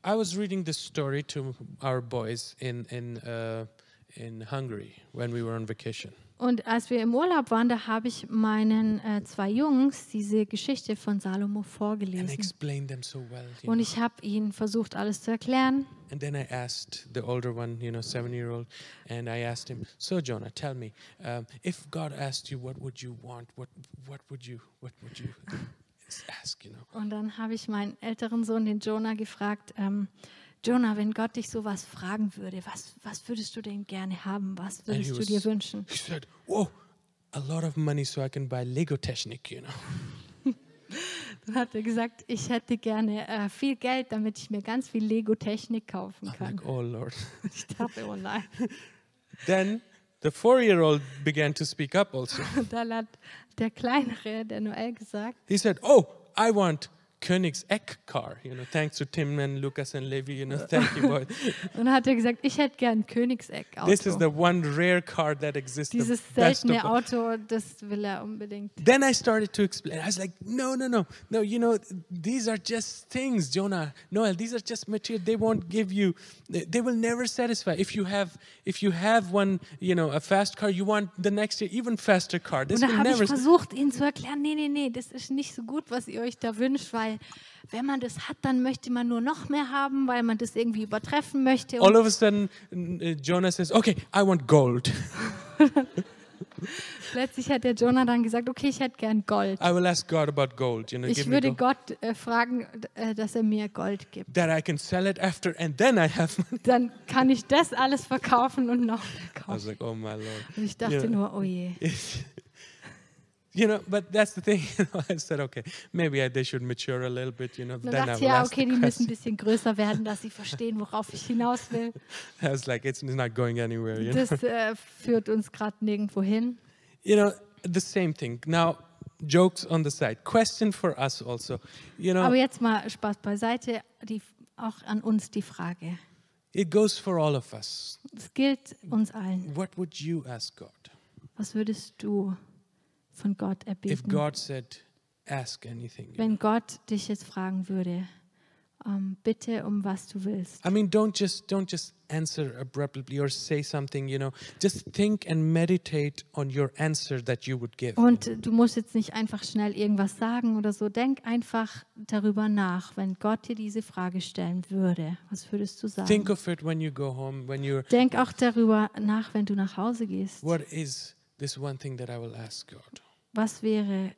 [SPEAKER 1] I was reading this story to our boys in in uh, in Hungary when we were on vacation.
[SPEAKER 2] Und als wir im Urlaub waren, da habe ich meinen äh, zwei Jungs diese Geschichte von Salomo
[SPEAKER 1] and I
[SPEAKER 2] vorgelesen.
[SPEAKER 1] explained them so well. you
[SPEAKER 2] Und
[SPEAKER 1] know.
[SPEAKER 2] ich habe ihnen versucht, alles zu erklären.
[SPEAKER 1] And then I asked the older one, you know, seven year old, and I asked him, So, Jonah, tell me, um, if God asked you, what would you want? What, what would you, what would you ask, you know?
[SPEAKER 2] Und dann habe ich meinen älteren Sohn, den Jonah, gefragt, ähm, Jonah, wenn Gott dich sowas fragen würde, was, was würdest du denn gerne haben? Was
[SPEAKER 1] And he
[SPEAKER 2] würdest du dir
[SPEAKER 1] was-
[SPEAKER 2] wünschen?
[SPEAKER 1] He said, Whoa, a lot of money so I can buy Lego Technic, you know?
[SPEAKER 2] Dann hat er gesagt, ich hätte gerne äh, viel Geld, damit ich mir ganz viel Lego-Technik kaufen
[SPEAKER 1] I'm
[SPEAKER 2] kann.
[SPEAKER 1] like, Oh, Lord.
[SPEAKER 2] Ich dachte, oh nein.
[SPEAKER 1] then the four year old began to speak up also.
[SPEAKER 2] Und dann hat der Kleinere, der Noel, gesagt,
[SPEAKER 1] He said, Oh, I want Koenig's Eck car, you know, thanks to Tim and Lucas and Levi, you know, thank you, boy.
[SPEAKER 2] und dann hat er gesagt, ich hätte gern ein Königseck-Auto.
[SPEAKER 1] This is the one rare car that exists. the
[SPEAKER 2] Dieses
[SPEAKER 1] best of
[SPEAKER 2] seltene
[SPEAKER 1] all.
[SPEAKER 2] Auto, das will er unbedingt.
[SPEAKER 1] Then I started to explain. I was like, no, no, no, no. You know, these are just things, Jonah, Noel. These are just material. They won't give you. They they will never satisfy. If you have, if you have one, you know, a fast car, you want the next year even faster car. This
[SPEAKER 2] Und
[SPEAKER 1] will
[SPEAKER 2] dann habe
[SPEAKER 1] never.
[SPEAKER 2] ich versucht, ihnen zu erklären, nee, nee, nee, das ist nicht so gut, was ihr euch da wünscht, weil wenn man das hat, dann möchte man nur noch mehr haben, weil man das irgendwie übertreffen möchte.
[SPEAKER 1] All
[SPEAKER 2] Und
[SPEAKER 1] of a sudden, uh, Jonah says, "Okay, I want gold.
[SPEAKER 2] plötzlich hat der Jonah dann gesagt, okay, ich hätte gern Gold.
[SPEAKER 1] I will ask God about gold. You know,
[SPEAKER 2] Ich
[SPEAKER 1] Ah, give me
[SPEAKER 2] würde
[SPEAKER 1] gold
[SPEAKER 2] Gott äh, fragen, äh, dass er mir Gold gibt.
[SPEAKER 1] that I can sell it after, and then I have." Money.
[SPEAKER 2] Dann kann ich das alles verkaufen und noch mehr
[SPEAKER 1] I was
[SPEAKER 2] kaufen.
[SPEAKER 1] like, "Oh my lord."
[SPEAKER 2] Und ich
[SPEAKER 1] You
[SPEAKER 2] dachte
[SPEAKER 1] know,
[SPEAKER 2] nur, oh je.
[SPEAKER 1] It's- you know, but that's the thing. You know, I said, okay, maybe I, they should mature a little bit. You know,
[SPEAKER 2] Dann
[SPEAKER 1] then
[SPEAKER 2] dachte
[SPEAKER 1] I
[SPEAKER 2] ich,
[SPEAKER 1] will
[SPEAKER 2] ja,
[SPEAKER 1] ask
[SPEAKER 2] okay,
[SPEAKER 1] the
[SPEAKER 2] die müssen
[SPEAKER 1] question.
[SPEAKER 2] ein bisschen größer werden, dass sie verstehen, worauf ich hinaus will.
[SPEAKER 1] I was like, it's not going anywhere. You know?
[SPEAKER 2] Das äh, führt uns gerade nirgendwo hin.
[SPEAKER 1] you know, the same thing. Now, jokes on the side. Question for us also. You know,
[SPEAKER 2] Aber jetzt mal Spaß beiseite, die, auch an uns die Frage.
[SPEAKER 1] it goes for all of us.
[SPEAKER 2] Es gilt uns allen.
[SPEAKER 1] What would you ask God
[SPEAKER 2] Was würdest du von Gott
[SPEAKER 1] if
[SPEAKER 2] erbitten,
[SPEAKER 1] God said, ask anything? you know?
[SPEAKER 2] wenn Gott dich jetzt fragen würde, ähm, bitte um was du willst?
[SPEAKER 1] I mean, don't just don't just answer abruptly or say something. You know, just think and meditate on your answer that you would give.
[SPEAKER 2] Und du musst jetzt nicht einfach schnell irgendwas sagen oder so. Denk einfach darüber nach, wenn Gott dir diese Frage stellen würde. Was würdest du sagen?
[SPEAKER 1] Think of it when you go home, when you're,
[SPEAKER 2] Denk auch darüber nach, wenn du nach Hause gehst.
[SPEAKER 1] what is this one thing that I will ask God?
[SPEAKER 2] Was wäre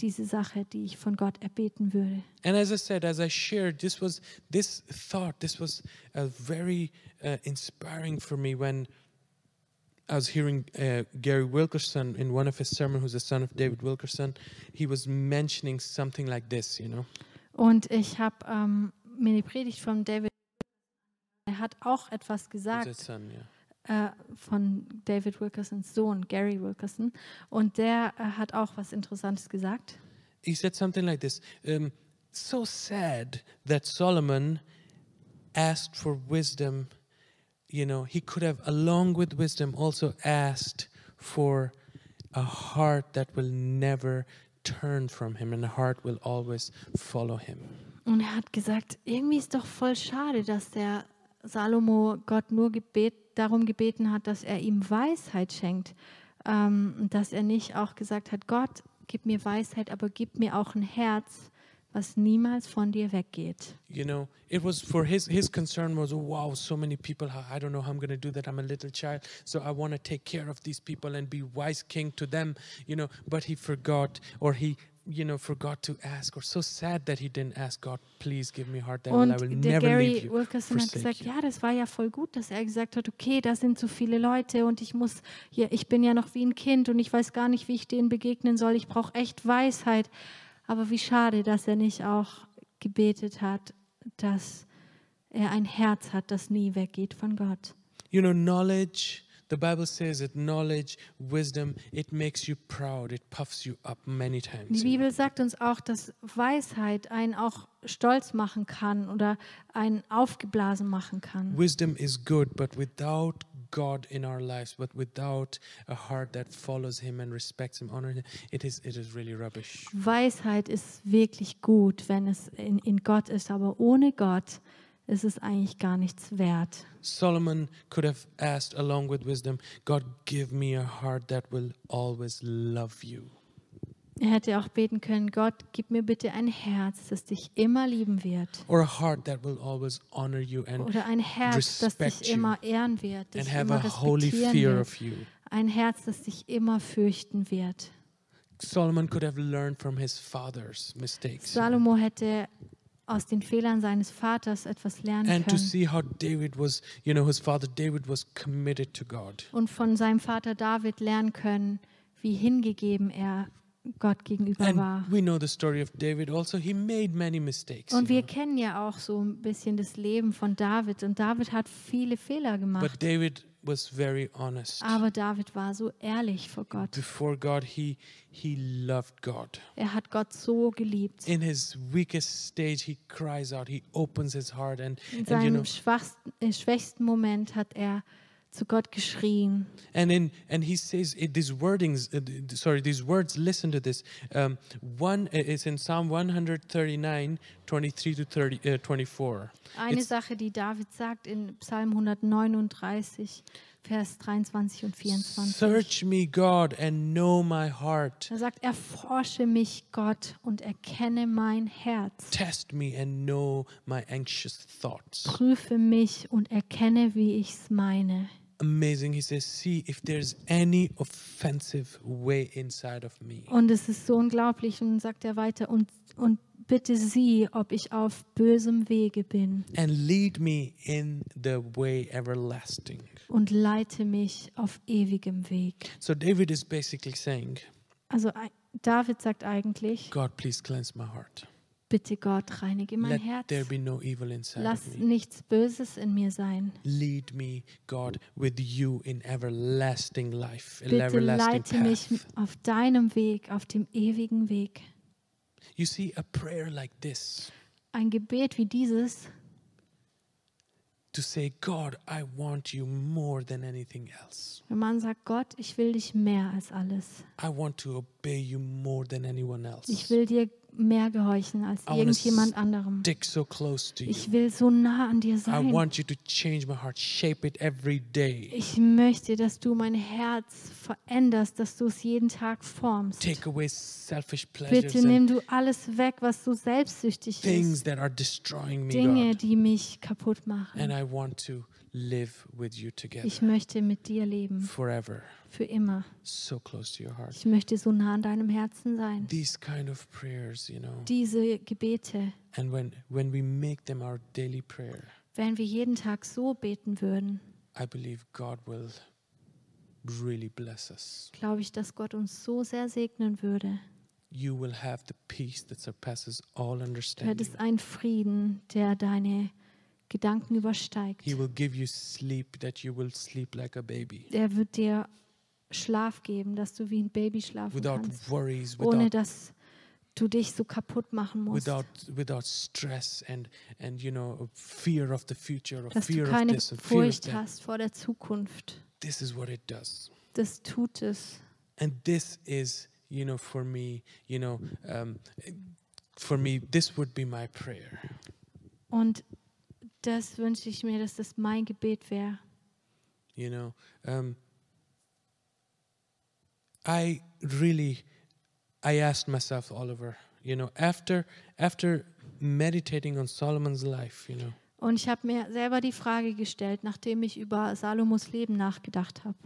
[SPEAKER 2] diese Sache, die ich von Gott erbeten würde?
[SPEAKER 1] And as I said, as I shared, this was, this thought, this was uh, very uh, inspiring for me when I was hearing uh, Gary Wilkerson in one of his sermons, who's the son of David Wilkerson. He was mentioning something like this, you know.
[SPEAKER 2] Und ich habe ähm, mir eine Predigt von David. Er hat auch etwas
[SPEAKER 1] Who's
[SPEAKER 2] gesagt
[SPEAKER 1] his son, yeah.
[SPEAKER 2] äh, von David Wilkersons Sohn, Gary Wilkerson. Und der äh, hat auch was Interessantes gesagt.
[SPEAKER 1] he said something like this um, so sad that solomon asked for wisdom you know he could have along with wisdom also asked for a heart that will never turn from him and a heart will always follow him
[SPEAKER 2] Und er hat gesagt, irgendwie ist doch voll schade, dass der Salomo Gott nur gebet, darum gebeten hat, dass er ihm Weisheit schenkt. Ähm, und dass er nicht auch gesagt hat, Gott, gib mir Weisheit, aber gib mir auch ein Herz, was niemals von dir weggeht.
[SPEAKER 1] you know it was for his his concern was oh, wow so many people how- i don't know how i'm going to do that i'm a little child so i want to take care of these people and be wise king to them you know but he forgot or he you know forgot to ask or so sad that he didn't ask god please give me a heart that will, i will
[SPEAKER 2] Und der
[SPEAKER 1] never leave
[SPEAKER 2] Gary
[SPEAKER 1] you
[SPEAKER 2] Wilkerson hat
[SPEAKER 1] forsake
[SPEAKER 2] gesagt,
[SPEAKER 1] you."
[SPEAKER 2] ja, das war ja voll gut, dass er gesagt hat, okay, da sind so viele Leute und ich muss, ja, ich bin ja noch wie ein Kind und ich weiß gar nicht, wie ich denen begegnen soll. Ich brauche echt Weisheit. Aber wie schade, dass er nicht auch gebetet hat, dass er ein Herz hat, das nie weggeht von Gott.
[SPEAKER 1] you know knowledge the bible says that knowledge wisdom it makes you proud it puffs you up many
[SPEAKER 2] Die
[SPEAKER 1] times you know.
[SPEAKER 2] Bibel sagt uns auch, dass Weisheit einen auch stolz machen kann oder einen aufgeblasen machen kann.
[SPEAKER 1] Wisdom is good, but without God in our lives, but without a heart that follows Him and respects Him, honors Him, it is it is really rubbish.
[SPEAKER 2] Weisheit ist wirklich gut, wenn es in, in Gott ist, aber ohne Gott es ist eigentlich gar nichts wert.
[SPEAKER 1] Solomon could have asked, along with wisdom, God, give me a heart that will always love you.
[SPEAKER 2] Er hätte auch beten können, Gott, gib mir bitte ein Herz, das dich immer lieben wird.
[SPEAKER 1] or a heart that will always honor you and
[SPEAKER 2] Oder ein Herz, das
[SPEAKER 1] Respect
[SPEAKER 2] dich
[SPEAKER 1] you.
[SPEAKER 2] immer ehren wird,
[SPEAKER 1] and
[SPEAKER 2] dich
[SPEAKER 1] have a
[SPEAKER 2] immer
[SPEAKER 1] holy
[SPEAKER 2] respektieren
[SPEAKER 1] fear
[SPEAKER 2] wird.
[SPEAKER 1] of you.
[SPEAKER 2] Ein Herz, das dich immer fürchten wird.
[SPEAKER 1] Solomon could have learned from his father's mistakes
[SPEAKER 2] Salomo hätte aus den Fehlern seines Vaters etwas lernen
[SPEAKER 1] and to
[SPEAKER 2] können
[SPEAKER 1] see how David was, you know, his father David was committed to God.
[SPEAKER 2] und von seinem Vater David lernen können, wie hingegeben er Gott gegenüber war.
[SPEAKER 1] And we know the story of David also. He made many mistakes.
[SPEAKER 2] Und
[SPEAKER 1] you
[SPEAKER 2] wir
[SPEAKER 1] know.
[SPEAKER 2] kennen ja auch so ein bisschen das Leben von David und David hat viele Fehler
[SPEAKER 1] But
[SPEAKER 2] gemacht,
[SPEAKER 1] David was very honest.
[SPEAKER 2] aber David war so ehrlich vor Gott.
[SPEAKER 1] Before God, he he loved God.
[SPEAKER 2] Er hat Gott so geliebt.
[SPEAKER 1] In his weakest stage, he cries out. He opens his heart, and, and
[SPEAKER 2] In
[SPEAKER 1] you know,
[SPEAKER 2] seinem schwachsten, äh, schwächsten Moment hat er zu Gott geschrien.
[SPEAKER 1] and in and he says it, these wordings uh, d- d- sorry these words listen to this um, one i- is in psalm 139 23 to 30 uh, 24
[SPEAKER 2] Eine
[SPEAKER 1] It's-
[SPEAKER 2] Sache, die David sagt in Psalm 139, Vers 23 und 24.
[SPEAKER 1] search me god and know my heart
[SPEAKER 2] Er sagt, erforsche mich, Gott, und erkenne mein Herz.
[SPEAKER 1] test me and know my anxious thoughts
[SPEAKER 2] Prüfe mich und erkenne, wie ich's meine.
[SPEAKER 1] amazing he says see if there's any offensive way inside of me
[SPEAKER 2] Und es ist so unglaublich. Und dann sagt er weiter, und, und bitte sieh, ob ich auf bösem Wege bin.
[SPEAKER 1] and lead me in the way everlasting
[SPEAKER 2] Und leite mich auf ewigem Weg.
[SPEAKER 1] so david is basically saying
[SPEAKER 2] Also ei- David sagt eigentlich,
[SPEAKER 1] god please cleanse my heart
[SPEAKER 2] bitte Gott, reinige mein
[SPEAKER 1] Let
[SPEAKER 2] Herz.
[SPEAKER 1] there be no evil inside
[SPEAKER 2] Lass
[SPEAKER 1] of me.
[SPEAKER 2] nichts Böses in mir sein.
[SPEAKER 1] Lead me, God, with you in everlasting life, in
[SPEAKER 2] Bitte
[SPEAKER 1] everlasting
[SPEAKER 2] leite
[SPEAKER 1] path.
[SPEAKER 2] mich auf deinem Weg, auf dem ewigen Weg.
[SPEAKER 1] You see, a prayer like this
[SPEAKER 2] Ein Gebet wie dieses,
[SPEAKER 1] to say, God, I want you more than anything else.
[SPEAKER 2] wenn man sagt, Gott, ich will dich mehr als alles.
[SPEAKER 1] I want to obey you more than anyone else.
[SPEAKER 2] Ich will dir mehr gehorchen als
[SPEAKER 1] I wanna
[SPEAKER 2] irgendjemand anderem.
[SPEAKER 1] Stick so close to you.
[SPEAKER 2] Ich will so nah an dir
[SPEAKER 1] I
[SPEAKER 2] sein.
[SPEAKER 1] want you to change my heart, shape it every day.
[SPEAKER 2] Ich möchte, dass du mein Herz veränderst, dass du es jeden Tag formst.
[SPEAKER 1] Take away selfish pleasures
[SPEAKER 2] Bitte
[SPEAKER 1] and
[SPEAKER 2] nimm du alles weg, was so selbstsüchtig
[SPEAKER 1] things
[SPEAKER 2] ist.
[SPEAKER 1] that are destroying me,
[SPEAKER 2] Dinge,
[SPEAKER 1] God.
[SPEAKER 2] die mich kaputt machen.
[SPEAKER 1] And I want to live with you together
[SPEAKER 2] Ich möchte mit dir leben,
[SPEAKER 1] forever.
[SPEAKER 2] für immer.
[SPEAKER 1] so close to your heart.
[SPEAKER 2] Ich möchte so nah an deinem Herzen sein.
[SPEAKER 1] These kind of prayers, you know,
[SPEAKER 2] Diese Gebete,
[SPEAKER 1] and when when we make them our daily prayer,
[SPEAKER 2] wenn wir jeden Tag so beten würden,
[SPEAKER 1] I believe God will really bless us.
[SPEAKER 2] glaube ich, dass Gott uns so sehr segnen würde.
[SPEAKER 1] You will have the peace that surpasses all
[SPEAKER 2] Du
[SPEAKER 1] understanding.
[SPEAKER 2] hättest einen Frieden, der deine Gedanken übersteigt.
[SPEAKER 1] He will give you sleep that you will sleep like a baby,
[SPEAKER 2] Er wird dir Schlaf geben, dass du wie ein Baby schlafen
[SPEAKER 1] without
[SPEAKER 2] kannst,
[SPEAKER 1] worries,
[SPEAKER 2] ohne
[SPEAKER 1] without
[SPEAKER 2] dass du dich so kaputt machen musst,
[SPEAKER 1] without without stress and and you know fear of the future or
[SPEAKER 2] dass du
[SPEAKER 1] fear of
[SPEAKER 2] keine
[SPEAKER 1] this and fear of
[SPEAKER 2] Furcht
[SPEAKER 1] that.
[SPEAKER 2] hast vor der Zukunft.
[SPEAKER 1] This is what it does.
[SPEAKER 2] Das tut es.
[SPEAKER 1] and this is you know for me you know um, for me this would be my prayer
[SPEAKER 2] Und das wünsche ich mir, dass das mein Gebet wäre.
[SPEAKER 1] you know um, i really i asked myself oliver you know after after meditating on solomon's life you know
[SPEAKER 2] Und ich habe mir selber die Frage gestellt, nachdem ich über Salomos Leben nachgedacht habe.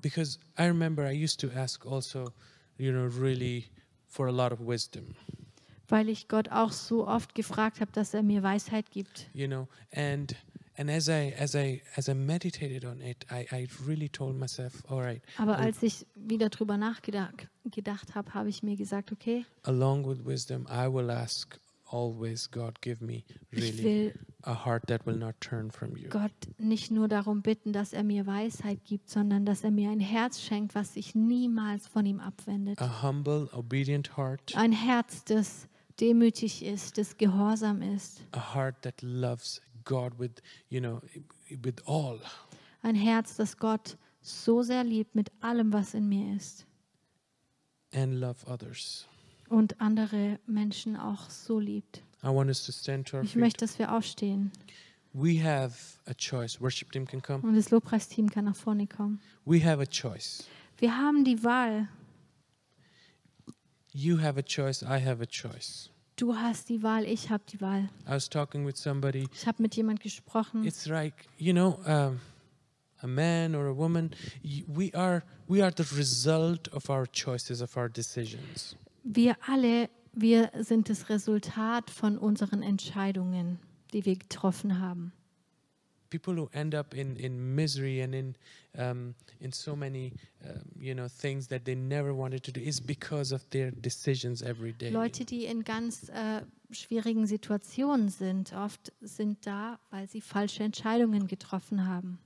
[SPEAKER 1] because i remember i used to ask also you know really for a lot of wisdom
[SPEAKER 2] Weil ich Gott auch so oft gefragt habe, dass er mir Weisheit gibt.
[SPEAKER 1] you know and and as i as i as i meditated on it i i really told myself all right
[SPEAKER 2] Aber
[SPEAKER 1] Oh.
[SPEAKER 2] als ich wieder drüber nachgedacht habe, habe ich mir gesagt, okay,
[SPEAKER 1] along with wisdom, I will ask always, God, give me
[SPEAKER 2] ich
[SPEAKER 1] really
[SPEAKER 2] will
[SPEAKER 1] a heart that will not turn from you.
[SPEAKER 2] Gott nicht nur darum bitten, dass er mir Weisheit gibt, sondern dass er mir ein Herz schenkt, was sich niemals von ihm abwendet.
[SPEAKER 1] A humble, obedient heart,
[SPEAKER 2] Ein Herz, das demütig ist, das gehorsam ist.
[SPEAKER 1] a heart that loves God with, you know, with all.
[SPEAKER 2] Ein Herz, das Gott so sehr liebt mit allem, was in mir ist.
[SPEAKER 1] And love others.
[SPEAKER 2] Und andere Menschen auch so liebt.
[SPEAKER 1] I want us to stand to our
[SPEAKER 2] Ich
[SPEAKER 1] feet.
[SPEAKER 2] möchte, dass wir aufstehen.
[SPEAKER 1] We have a choice. Worship team can come.
[SPEAKER 2] Und das Lobpreisteam kann nach vorne kommen.
[SPEAKER 1] We have a choice.
[SPEAKER 2] Wir haben die Wahl.
[SPEAKER 1] You have a choice. I have a choice.
[SPEAKER 2] Du hast die Wahl, ich habe die Wahl.
[SPEAKER 1] I was talking with somebody.
[SPEAKER 2] Ich habe mit jemand gesprochen.
[SPEAKER 1] It's like you know, um, a man or a woman. y- We are we are the result of our choices, of our decisions.
[SPEAKER 2] Wir alle, wir sind das Resultat von unseren Entscheidungen, die wir getroffen haben.
[SPEAKER 1] People who end up in, in misery and in um, in so many um, you know things that they never wanted to do is because of their decisions every day.
[SPEAKER 2] Leute, die in ganz äh, schwierigen Situationen sind, oft sind da, weil sie falsche Entscheidungen getroffen haben.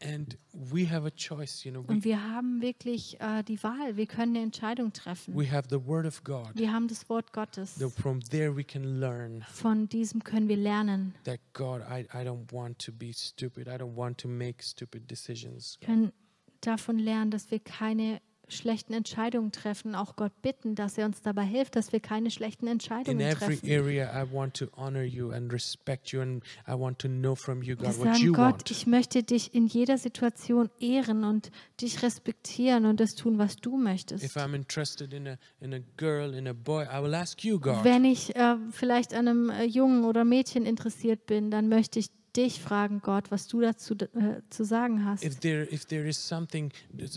[SPEAKER 1] And we have a choice. You know, we,
[SPEAKER 2] Und wir haben wirklich äh, die Wahl. Wir können eine Entscheidung treffen.
[SPEAKER 1] we have the Word of God.
[SPEAKER 2] Wir haben das Wort Gottes.
[SPEAKER 1] Though from there we can learn
[SPEAKER 2] Von diesem können wir lernen.
[SPEAKER 1] that God, I, I don't want to be stupid. I don't want to make stupid decisions.
[SPEAKER 2] Wir können davon lernen, dass wir keine schlechten Entscheidungen treffen. Auch Gott bitten, dass er uns dabei hilft, dass wir keine schlechten
[SPEAKER 1] In
[SPEAKER 2] Entscheidungen
[SPEAKER 1] every
[SPEAKER 2] treffen.
[SPEAKER 1] area, I want to honor you and respect you, and I want to know from you,
[SPEAKER 2] Wir
[SPEAKER 1] God, what
[SPEAKER 2] sagen,
[SPEAKER 1] you
[SPEAKER 2] Gott,
[SPEAKER 1] want.
[SPEAKER 2] ich möchte dich in jeder Situation ehren und dich respektieren und das tun, was du möchtest.
[SPEAKER 1] If I'm interested in a in a girl, in a boy, I will ask you, God.
[SPEAKER 2] Wenn ich äh, vielleicht an einem äh, Jungen oder Mädchen interessiert bin, dann möchte ich dich fragen, Gott, was du dazu äh, zu sagen hast.
[SPEAKER 1] If there if there is something,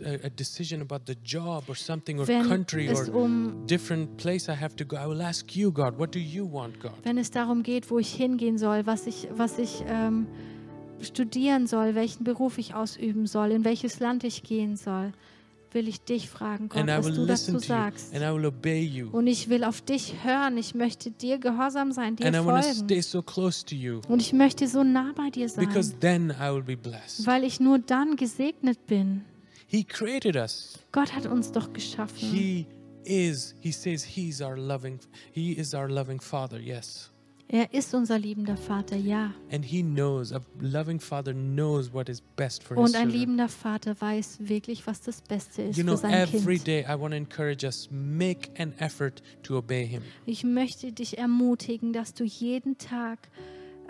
[SPEAKER 1] a, a decision about the job or something or
[SPEAKER 2] Wenn
[SPEAKER 1] country
[SPEAKER 2] es,
[SPEAKER 1] or
[SPEAKER 2] um,
[SPEAKER 1] different place I have to go, I will ask you, God, what do you want, God?
[SPEAKER 2] wenn es darum geht, wo ich hingehen soll, was ich, was ich ähm, studieren soll, welchen Beruf ich ausüben soll, in welches Land ich gehen soll, will ich dich fragen, Gott,
[SPEAKER 1] And I will
[SPEAKER 2] was du
[SPEAKER 1] listen
[SPEAKER 2] dazu
[SPEAKER 1] to you,
[SPEAKER 2] sagst.
[SPEAKER 1] and I will obey you,
[SPEAKER 2] Und ich will auf dich hören. Ich möchte dir gehorsam sein, dir
[SPEAKER 1] and I want to
[SPEAKER 2] folgen.
[SPEAKER 1] stay so close to you.
[SPEAKER 2] Und ich möchte so nah bei dir
[SPEAKER 1] Because
[SPEAKER 2] sein,
[SPEAKER 1] then I will be blessed.
[SPEAKER 2] weil ich nur dann gesegnet bin.
[SPEAKER 1] He created us.
[SPEAKER 2] Gott hat uns doch geschaffen.
[SPEAKER 1] He is, he says he's our loving he is our loving father, yes.
[SPEAKER 2] Er ist unser liebender Vater, ja.
[SPEAKER 1] And he knows, a loving father knows what is best for his
[SPEAKER 2] Und ein
[SPEAKER 1] children.
[SPEAKER 2] liebender Vater weiß wirklich, was das Beste ist
[SPEAKER 1] You know,
[SPEAKER 2] für sein
[SPEAKER 1] every
[SPEAKER 2] Kind.
[SPEAKER 1] day I want to encourage us, make an effort to obey him.
[SPEAKER 2] Ich möchte dich ermutigen, dass du jeden Tag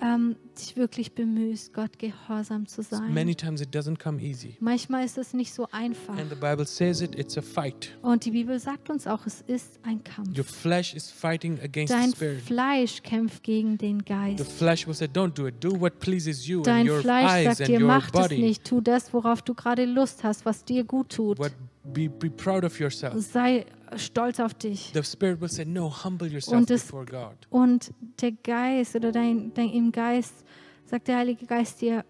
[SPEAKER 2] ähm, dich wirklich bemühst, Gott gehorsam zu
[SPEAKER 1] Many
[SPEAKER 2] sein.
[SPEAKER 1] times it doesn't come easy.
[SPEAKER 2] Manchmal ist es nicht so einfach.
[SPEAKER 1] And the Bible says it, it's a fight.
[SPEAKER 2] Und die Bibel sagt uns auch, es ist ein Kampf.
[SPEAKER 1] Your flesh is fighting against the
[SPEAKER 2] Dein
[SPEAKER 1] spirit.
[SPEAKER 2] Fleisch kämpft gegen den
[SPEAKER 1] The
[SPEAKER 2] Geist.
[SPEAKER 1] flesh will say, Don't do it. Do what pleases you and
[SPEAKER 2] Dein
[SPEAKER 1] your
[SPEAKER 2] Fleisch
[SPEAKER 1] eyes
[SPEAKER 2] sagt
[SPEAKER 1] and
[SPEAKER 2] dir,
[SPEAKER 1] your
[SPEAKER 2] mach das
[SPEAKER 1] body.
[SPEAKER 2] nicht. Tu das, worauf du gerade Lust hast, was dir gut tut.
[SPEAKER 1] What be, be proud of yourself.
[SPEAKER 2] Sei stolz auf dich.
[SPEAKER 1] The Spirit will say, No, humble yourself
[SPEAKER 2] Und das-
[SPEAKER 1] before God.
[SPEAKER 2] Und der Geist oder dein, dein im Geist sagt der Heilige Geist dir,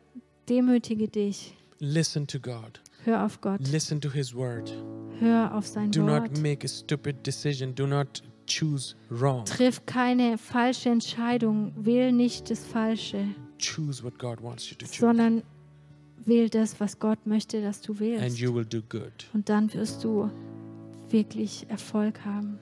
[SPEAKER 2] demütige dich,
[SPEAKER 1] Listen to God.
[SPEAKER 2] hör auf Gott,
[SPEAKER 1] Listen to His word.
[SPEAKER 2] hör auf sein
[SPEAKER 1] Do not
[SPEAKER 2] Wort.
[SPEAKER 1] make a stupid decision. Do not choose wrong.
[SPEAKER 2] Triff keine falsche Entscheidung, wähl nicht das Falsche,
[SPEAKER 1] Choose what God wants you to choose,
[SPEAKER 2] sondern wähl das, was Gott möchte, dass du
[SPEAKER 1] and
[SPEAKER 2] wählst.
[SPEAKER 1] you will do good.
[SPEAKER 2] Und dann wirst du wirklich Erfolg haben.